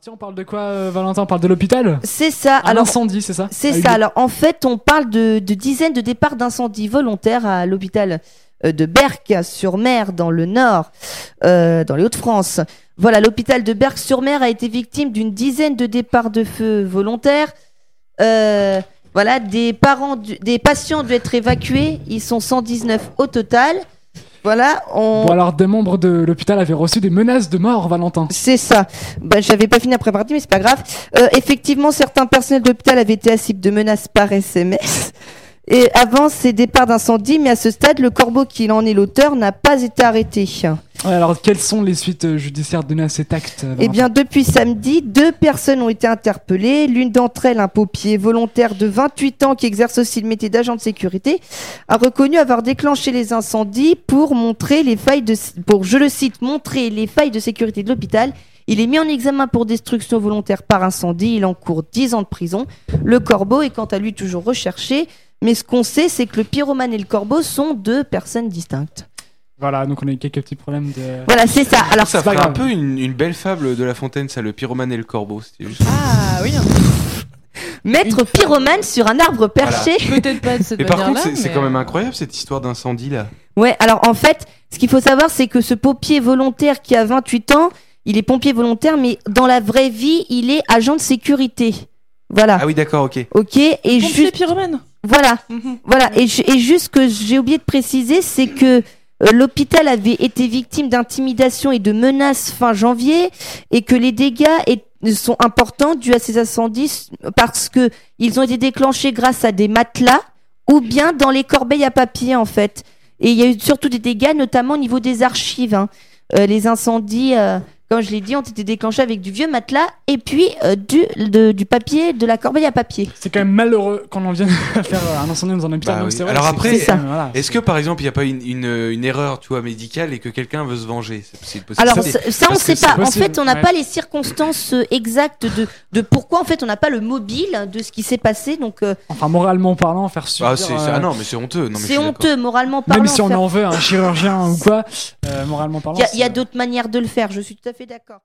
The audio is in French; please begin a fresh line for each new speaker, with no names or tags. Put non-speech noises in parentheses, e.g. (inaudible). Tiens, on parle de quoi, euh, Valentin On parle de l'hôpital
C'est ça.
Un
alors,
incendie, c'est ça
c'est
Ah,
ça.
Hugo.
Alors, en fait, on parle de, de dizaines de départs d'incendies volontaires à l'hôpital euh, de Berck-sur-Mer, dans le Nord, euh, dans les Hauts-de-France. Voilà, l'hôpital de Berck-sur-Mer a été victime d'une dizaine de départs de feu volontaires. Euh, voilà, des parents, du- des patients ont dû être évacués. Ils sont 119 au total. Voilà, on,
Bon, alors, des membres de l'hôpital avaient reçu des menaces de mort, Valentin.
C'est ça. Bah, j'avais pas fini après partie, mais c'est pas grave. Euh, effectivement, certains personnels de l'hôpital avaient été à cible de menaces par SMS. Et avant ces départs d'incendie, mais à ce stade, le corbeau qui en est l'auteur n'a pas été arrêté.
Ouais, alors, quelles sont les suites euh, judiciaires données à cet acte euh,
Eh
Valentin
bien, depuis samedi, deux personnes ont été interpellées. L'une d'entre elles, un pompier volontaire de 28 ans qui exerce aussi le métier d'agent de sécurité, a reconnu avoir déclenché les incendies pour montrer les failles de, pour, je le cite, montrer les failles de sécurité de l'hôpital. Il est mis en examen pour destruction volontaire par incendie. Il encourt 10 ans de prison. Le corbeau est quant à lui toujours recherché. Mais ce qu'on sait, c'est que le pyromane et le corbeau sont deux personnes distinctes.
Voilà, donc on a eu quelques petits problèmes de.
Voilà, c'est ça. Alors,
c'est
Ça
pas
ferait un
grave.
peu une, une belle fable de La Fontaine, ça, le pyromane et le corbeau. C'était juste-
Ah oui, hein.
(laughs)
mettre pyromane sur un arbre perché.
peut-être pas de cette
Mais par
manière-là.
contre, c'est c'est
mais,
quand même
euh,
incroyable cette histoire d'incendie là.
Ouais, alors en fait, ce qu'il faut savoir, c'est que ce pompier volontaire qui a 28 ans, il est pompier volontaire, mais dans la vraie vie, il est agent de sécurité. Voilà.
Ah oui, d'accord, ok.
Ok, et
Pompier
juste.
pyromane.
Voilà,
Mhm.
voilà. Et, ju- et juste que j'ai oublié de préciser, c'est que. euh, L'hôpital avait été victime d'intimidation et de menaces fin janvier et que les dégâts est- sont importants dus à ces incendies parce que ils ont été déclenchés grâce à des matelas ou bien dans les corbeilles à papier en fait. Et il y a eu surtout des dégâts, notamment au niveau des archives. hein. Euh, les incendies, euh, comme je l'ai dit, ont été déclenchés avec du vieux matelas et puis euh, du, de- du papier, de la corbeille à papier.
C'est quand même malheureux quand on vient (laughs) à faire euh, un incendie dans un hôpital.
Bah
donc
oui.
c'est vrai
Alors
que
après,
c'est-
C'est ça.
euh, voilà.
Est-ce que par exemple, il n'y a pas une, une- une erreur, tu vois, médicale et que quelqu'un veut se venger C'est- C'est possible.
Alors
Ça,
ça, ça, on
parce
sait
que c'est
pas. En
possible,
fait, on n'a
ouais.
pas les circonstances euh, exactes de, de pourquoi en fait on n'a pas le mobile de ce qui s'est passé. Donc euh,
Enfin, moralement parlant, faire subir.
Ah, c'est- c'est-
euh,
ah non, mais c'est honteux. Non, mais je
c'est
suis d'accord.
honteux moralement parlant.
Même si on
faire-
en veut à un chirurgien ou quoi, euh, moralement parlant.
Il y a- il y a,
c'est-
d'autres manières de le faire. Je suis tout à fait d'accord.